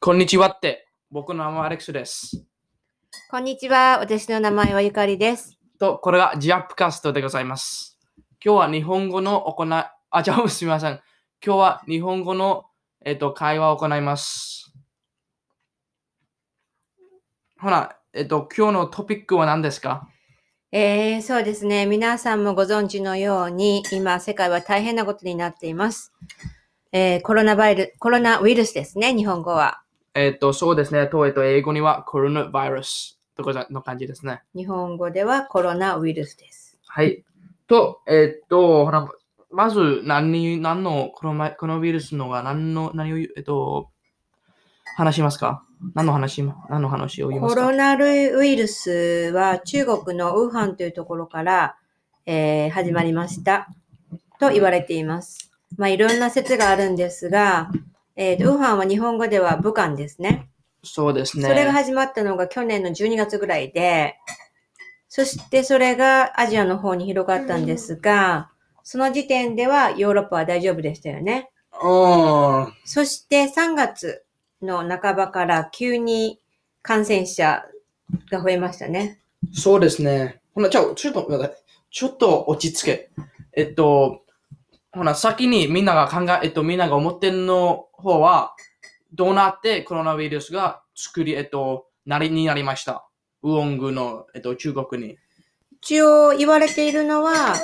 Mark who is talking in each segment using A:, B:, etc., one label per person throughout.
A: こんにちはって。僕の名前はアレックスです。
B: こんにちは。私の名前はゆかりです。
A: と、これがジアップカストでございます。今日は日本語の行い、あ、じゃあすみません。今日は日本語の、えっと会話を行います。ほな、えっと、今日のトピックは何ですか
B: えー、そうですね。皆さんもご存知のように、今、世界は大変なことになっています。えー、コロナバイル、コロナウイルスですね、日本語は。
A: えっと、そうですね。と、えっと、英語にはコロナウイルスとかの感じですね。
B: 日本語ではコロナウイルスです。
A: はい。と、えっと、ほら、まず何、何の、この前このウイルスのが何の、何を言う、えっと、話しますか何の話、何の話を言いま
B: コ
A: すか
B: ロナウイルスは中国のウーハンというところから、えー始まりましたと言われています。まあ、いろんな説があるんですが、えーとウーハンは日本語では武漢ですね。
A: そうですね。
B: それが始まったのが去年の12月ぐらいで、そしてそれがアジアの方に広がったんですが、その時点ではヨーロッパは大丈夫でしたよね。
A: うん。
B: そして3月の半ばから急に感染者が増えましたね。
A: そうですね。ほな、ちょ、ちょっと待って、ちょっと落ち着け。えっと、ほな、先にみんなが考え、えっと、みんなが思ってんの方は、どうなってコロナウイルスが作り、えっと、なりになりました。ウオングの、えっと、中国に。
B: 一応言われているのは、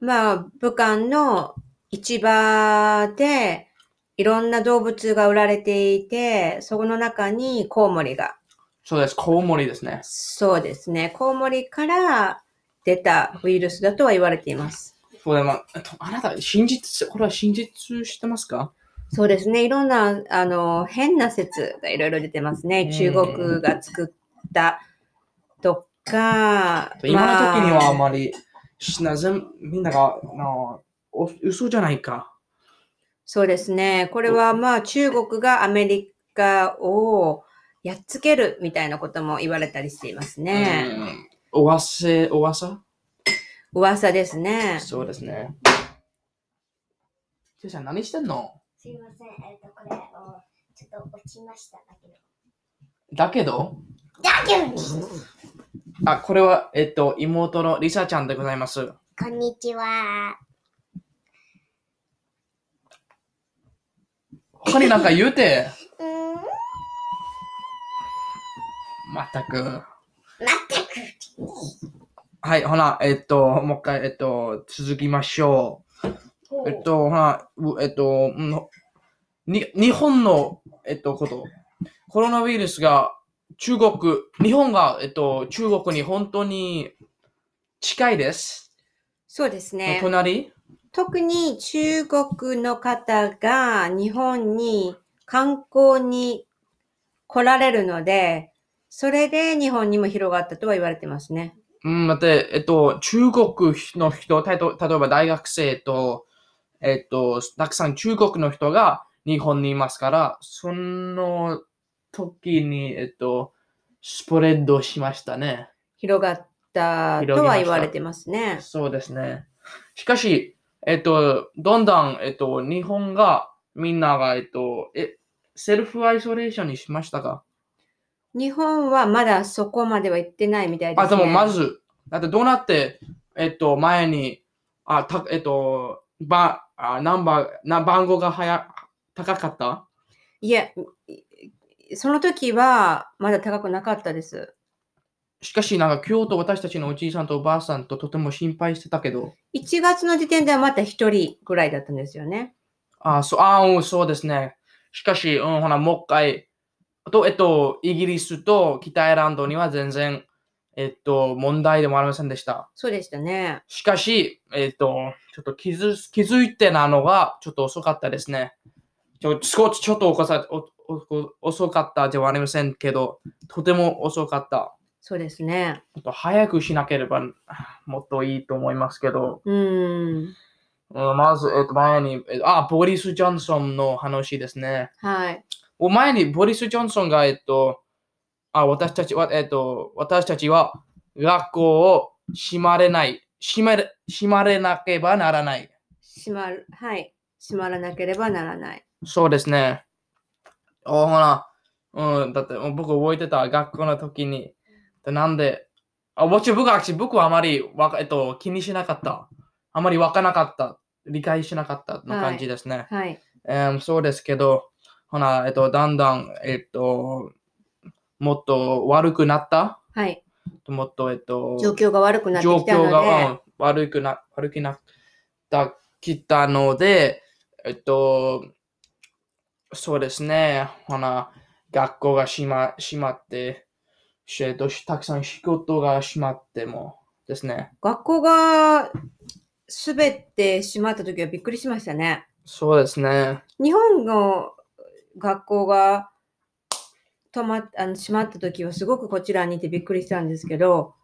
B: まあ、武漢の市場でいろんな動物が売られていて、そこの中にコウモリが
A: そうです。コウモリですね。
B: そうですね。コウモリから出たウイルスだとは言われています。
A: そうだ、まあ、えっとあなた、真実、これは真実知ってますか
B: そうですね。いろんな、あの、変な説がいろいろ出てます
A: うん
B: ね。中国が作ったとか。
A: 今の時にはあ
B: まあ
A: まり、しなぜみんなが、なお嘘じゃないか。
B: そうですね。これはまあ中国がアメリカをやっつけるみたいなことも言われたりしていますね。
A: うんおわせ、おわさ
B: 噂ですね。
A: そうですね。ちゅうさん、何してんの
C: すいません、えっと、これをちょっと落ちましただけど。
A: だけど、
C: だけど
A: あ、これは、えっと、妹のリサちゃんでございます。
C: こんにちは。
A: 他になんか言うて、
C: うーん、ま
A: まったく。
C: ったく。
A: はい、ほな、えっと、もう一回、えっと、続きましょう。えっと、はいうえっと、うんに日本の、えっと、こと、コロナウイルスが中国、日本が、えっと、中国に本当に近いです。
B: そうですね。
A: 隣
B: 特に中国の方が日本に観光に来られるので、それで日本にも広がったとは言われてますね。
A: うん、だって、えっと、中国の人、たと例えば大学生と、えっと、たくさん中国の人が日本にいますから、その時に、えっと、スプレッドしましたね。
B: 広がったとは言われてますね。
A: そうですね。しかし、えっと、どんどん、えっと、日本が、みんなが、えっと、え、セルフアイソレーションにしましたか
B: 日本はまだそこまでは行ってないみたいですね。
A: あ、でもまず、だってどうなって、えっと、前に、あ、た、えっと、ば、あ、ナンバー、な番号がはや、高かった
B: いえ、その時はまだ高くなかったです。
A: しかし、なんか、今日と私たちのおじいさんとおばあさんととても心配してたけど、
B: 1月の時点ではまた1人ぐらいだったんですよね。
A: あ、そう、あ、うん、そうですね。しかし、うん、ほな、もう一回、と、えっと、イギリスと北アイルランドには全然、えっと、問題でもありませんでした。
B: そうでしたね。
A: しかし、えっと、ちょっと気づ気づいてなのが、ちょっと遅かったですね。ちょ、少し、ちょっと遅かおお遅かったではありませんけど、とても遅かった。
B: そうですね。
A: ちょっと早くしなければ、もっといいと思いますけど、
B: うーん。
A: うん、まず、えっと、前に、えっとあ、ボリス・ジョンソンの話ですね。
B: はい。
A: お前にボリス・ジョンソンが、えっと、あ私たちは、えっと、私たちは学校を閉まれない、閉まれ閉まれなければならない。
B: 閉まる、はい。閉まらなければならない。
A: そうですね。おほら、うん、だってもう僕覚えてた、学校の時に。でなんで、あ、もちろん僕は、僕はあまりわか、えっと、気にしなかった。あまりわかなかった。理解しなかったの感じですね。
B: はい。
A: えーそうですけど、ほな、えっと、だんだん、えっと、もっと悪くなった
B: はい。
A: もっと、えっと、
B: 状況が悪くなって
A: 状
B: きたの
A: 況
B: で。
A: が、うん悪くな、悪くなった、きたので、えっと、そうですね、ほな、学校が閉ま閉まって、しえっと、したくさん仕事が閉まってもですね、
B: 学校が滑ってしまった時はびっくりしましたね。
A: そうですね、
B: 日本の学校が止まっあの閉まった時はすごくこちらにいてびっくりしたんですけど、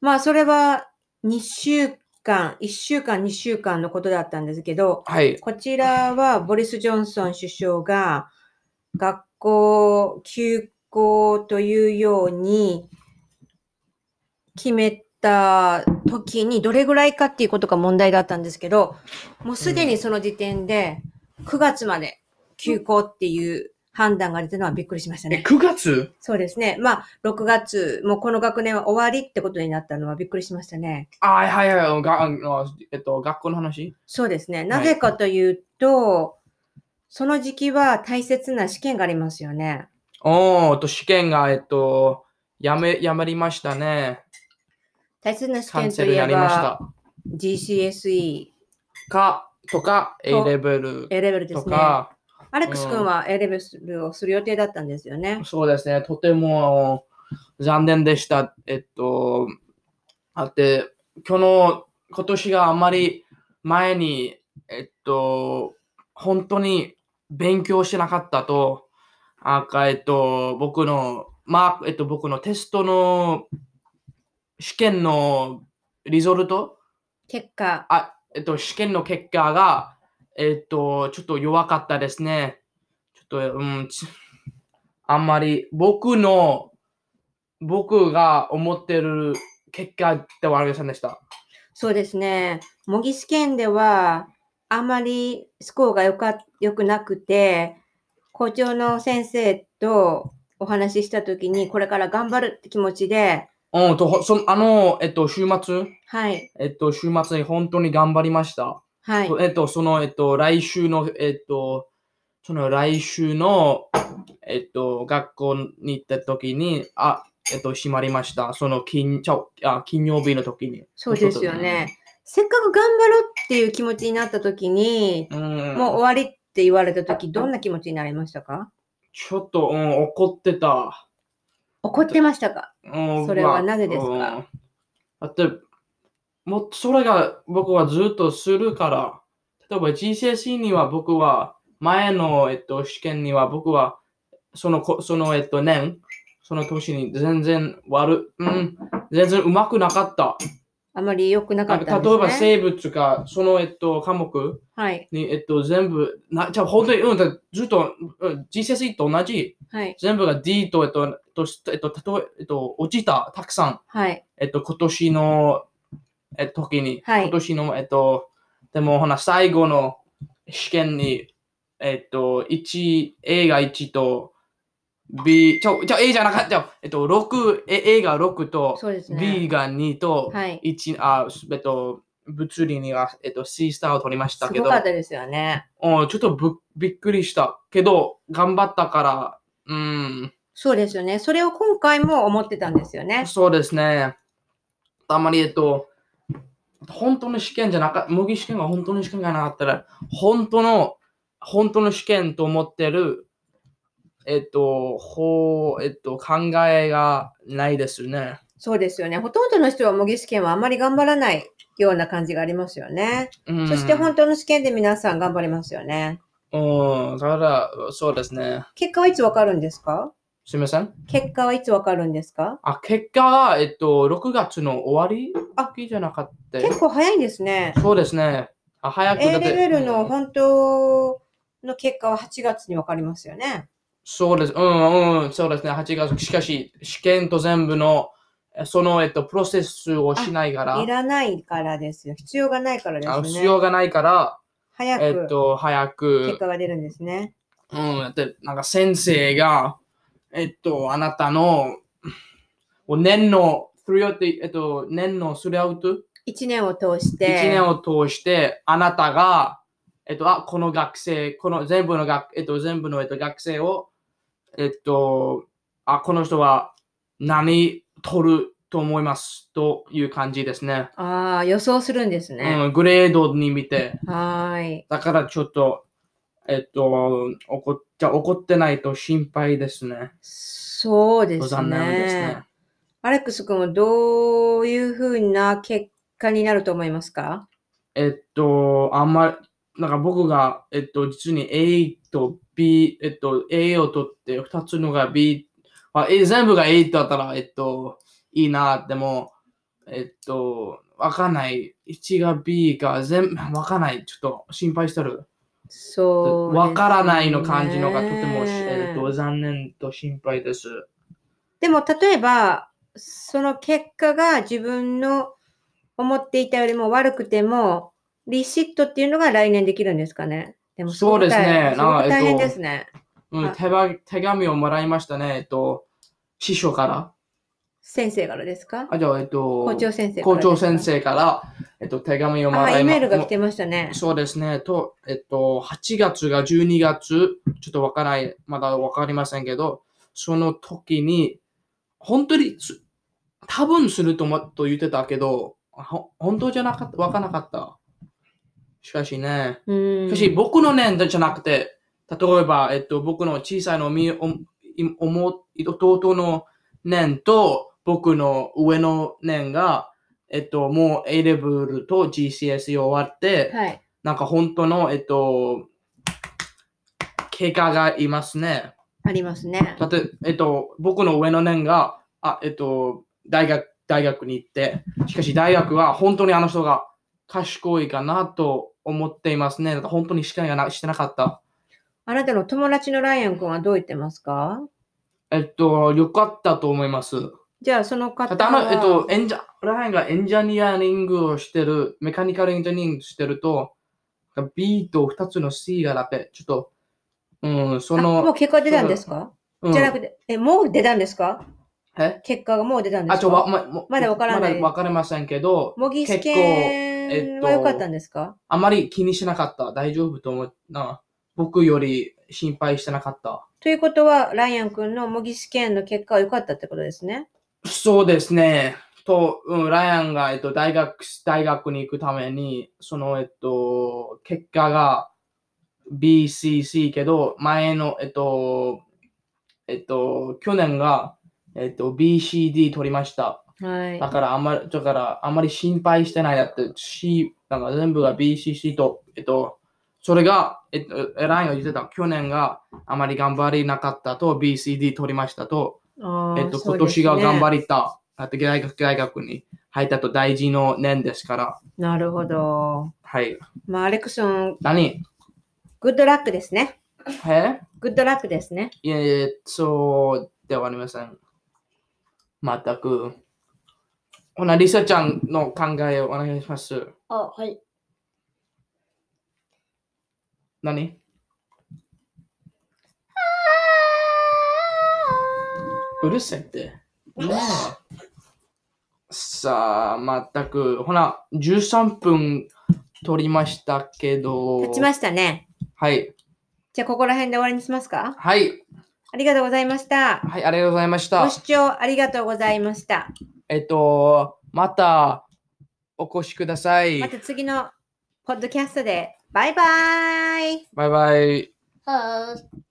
B: まあそれは2週間、1週間、2週間のことだったんですけど、
A: はい、
B: こちらはボリス・ジョンソン首相が学校休校というように決めた時にどれぐらいかっていうことが問題だったんですけど、もうすでにその時点で9月まで休校っていう判断が出たのはびっくりしました
A: え、
B: ね。
A: 9月
B: そうですね。まあ、6月、もうこの学年は終わりってことになったのはびっくりしましたね。
A: あ、はいはいはい、があのえっと、学校の話
B: そうですね。なぜかというと、その時期は大切な試験がありますよね。
A: おー、えっと、試験が、えっと、やめ、やめりましたね。
B: 大切な試
A: キャ
B: 験
A: ン
B: と
A: セ
B: い
A: ルや
B: え
A: りまし
B: ば
A: た。
B: GCSE、
A: か、とか、A レベル
B: A レベルで
A: と
B: すね。
A: か、
B: アレックス君は A レベルをする予定だったんですよね。
A: そうですね、とても残念でした。えっと、あって、この、今年があまり前に、えっと、本当に勉強しなかったと、あか、えっと、僕の、まあ、えっと、僕のテストの試験のリゾルト
B: 結果、
A: あ、えっと、試験の結果が、えっと、ちょっと弱かったですね。ちょっと、うん、ちあんまり僕の、僕が思ってる結果ではありませんでした。
B: そうですね。模擬試験では、あまりスコアが良か良くなくて、校長の先生とお話ししたときに、これから頑張るって気持ちで、
A: うんと、ほそのあの、えっと、週末、
B: はい、
A: えっと、週末に本当に頑張りました。
B: はい、
A: えっと、その、えっと、来週の、えっと、その来週の、えっと、学校に行った時に、あ、えっと、閉まりました。その金、ちゃうあ金曜日の時に。
B: そうですよね。せっかく頑張ろうっていう気持ちになった時に、
A: うん、
B: もう終わりって言われた時どんな気持ちになりましたか
A: ちょっと、うん、怒ってた。
B: 怒ってましたか
A: うん、
B: それは
A: まあ
B: なぜですか
A: うんだって、もっとそれが僕はずっとするから、例えば GCSE には僕は、前の、えっと、試験には僕は、そのこ、その、えっと、年、その年に全然悪、うん、全然うまくなかった。
B: あまり良くなか
A: な
B: っ
A: ん
B: た
A: か
B: ん
A: 例えば
B: ですね。
A: 生物か、その、えっと、科目
B: はい、
A: に、えっと、全部、なじゃあ本当に、うん、だってずっと、うん GCSE と同じ。
B: はい、
A: 全部が D と、えっと、としえっと、たとえっと、落ちた、たくさん、
B: はい、
A: えっと、今年の、えっと、時に、
B: はい
A: 今年の、えっと、でも、ほな、最後の試験に、えっと、1、A が1と、B、ちょ、ちょ、A じゃなかった、ちょえっと、6、A, A が6と、
B: そうですね。
A: B が2と、
B: はい。
A: 1、あ、すえっと、物理には、えっと、C スターを取りまし
B: す
A: たけ
B: ご
A: ど、
B: かったですよね。
A: うんちょっとぶびっくりしたけど、頑張ったから、うん、
B: そうですよね。それを今回も思ってたんですよね。
A: そうですね。あまり、えっと、本当の試験じゃなか模擬試験が本当の試験がなかったら、本当の、本当の試験と思ってる、えっと、ほう、えっと、考えがないですね。
B: そうですよね。ほとんどの人は模擬試験はあまり頑張らないような感じがありますよね。
A: うん、
B: そして本当の試験で皆さん頑張りますよね。
A: うん、だから、そうですね。
B: 結果はいつわかるんですか
A: すみません。
B: 結果はいつわかるんですか
A: あ、結果は、えっと、6月の終わりあ、じゃなかった。
B: 結構早いんですね。
A: そうですね。あ早く
B: A
A: だって
B: レベルの
A: うん
B: 本当の結果は8月に分かりますよね。
A: そうです。うんうん、そうですね。8月。しかし、試験と全部の、えその、えっと、プロセスをしないから、
B: いらないからですよ。必要がないからで
A: あの
B: す
A: 必
B: ね。
A: 要がないから、
B: 早
A: えっ
B: く
A: と、早
B: 結
A: く
B: 果、が出るんですね。
A: うん、で、なんか先生が、えっと、あなたの、お年の、それって、えっと、年のスレアウト、
B: 一年を通し
A: 一年
B: て、
A: を通して、あなたが、えっと、あ、この学生、この全部の学、えっと、全部の、えっと、学生を、えっと、あ、この人は何取ると思いますという感じですね。
B: ああ、予想するんですね。
A: うん、グレードに見て。
B: はーい。
A: だからちょっと、えっと、怒っちゃ、怒ってないと心配ですね。
B: そうです
A: 残念です
B: ね
A: ね。。
B: アレックス君はどういうふうな結果になると思いますか
A: えっと、あんまり、なんか僕が、えっと、実に A と B、えっと、A を取って、2つのが B、あ、え全部が A だったら、えっと、いいな、でも、えっと、わかんない。1が B が全部、わかんない。ちょっと心配してる。
B: そうですね。
A: わからないの感じのがとても、えっと、残念と心配です。
B: でも例えばその結果が自分の思っていたよりも悪くてもリシットっていうのが来年できるんですかねでも
A: そうですね
B: すご
A: な
B: く
A: んか
B: 大
A: えっ
B: 変
A: と
B: ですね。
A: う
B: あ
A: ん、手ば手紙をもらいましたね。えっと、師匠から。
B: 先生からですか
A: あ、じゃあ、えっと、
B: 校長先生から
A: 校
B: ですか
A: 長先生から、えっと、手紙をも
B: あ、
A: らい
B: イ
A: ま
B: メールが来てましたね。
A: そうですね。と、えっと、8月が12月、ちょっとわからない、まだわかりませんけど、その時に、本当にす、多分するともと言ってたけど、ほ本当じゃなかった、わからなかった。しかしね、
B: うん
A: しかし僕の年じゃなくて、例えば、えっと、僕の小さいのみおいおも弟の年と僕の上の年が、えっと、もう A レベルと GCSE 終わって、
B: はい。
A: なんか本当の、えっと、経過がいますね。
B: ありますね。
A: だって、えっと、僕の上の年が、あ、えっと、大学、大学に行って、しかし大学は本当にあの人が賢いかなと思っていますね。だって本当にしかがなしてなかった。
B: あなたの友達のライアン君はどう言ってますか
A: えっと、良かったと思います。
B: じゃあその
A: だ
B: 方
A: ってあの、
B: は
A: えっと、エンジャ、ラインがエンジニアリングをしてる、メカニカルエンジニアリングしてると、B と2つの C がだって、ちょっと、うん、そ
B: あ
A: の、
B: もう結果出たんですか、
A: うん
B: じゃなくて、え、もう出たんですか
A: え
B: 結果がもう出たんですか
A: あ、ちょ、わま、も
B: まだわからない
A: まだわかりませんけど、
B: 模擬試
A: 結構
B: 験は良かったんですか、
A: あまり気にしなかった。大丈夫と思った。僕より心配してなかった。
B: ということは、ライアン君の模擬試験の結果は良かったってことですね。
A: そうですね。と、うん、ライアンが、えっと、大学、大学に行くために、その、えっと、結果が BCC けど、前の、えっと、えっと、去年が、えっと、BCD 取りました。
B: はい
A: だ。から、あんまり、だから、あんまり心配してないだって、C、なんか全部が BCC と、えっと、それが、えっと、えラインが言ってた、去年があまり頑張りなかったと、BCD 取りましたと、えっと、今年が頑張
B: り。
A: りた、だって大学、大学に入ったと大事の年ですから、
B: なるほど。
A: はい。
B: まあ、アレクソン、
A: 何
B: グッドラックですね。
A: え
B: グッドラックですね。
A: いやいや、そうではありません。全く。ほな、リサちゃんの考えをお願いします。
C: あ、はい。
A: 何うるせえって。ねえ。さあ、全く。ほな、13分取りましたけど。
B: 立ちましたね。
A: はい。
B: じゃあ、ここら辺で終わりにしますか
A: はい。
B: ありがとうございました。
A: はい、ありがとうございまし
B: ご
A: た。
B: 視聴ありがとうございました。
A: えっと、またお越しください。
B: また次のポッドキャストで、バイバイ
A: バイバイ。
C: はーい。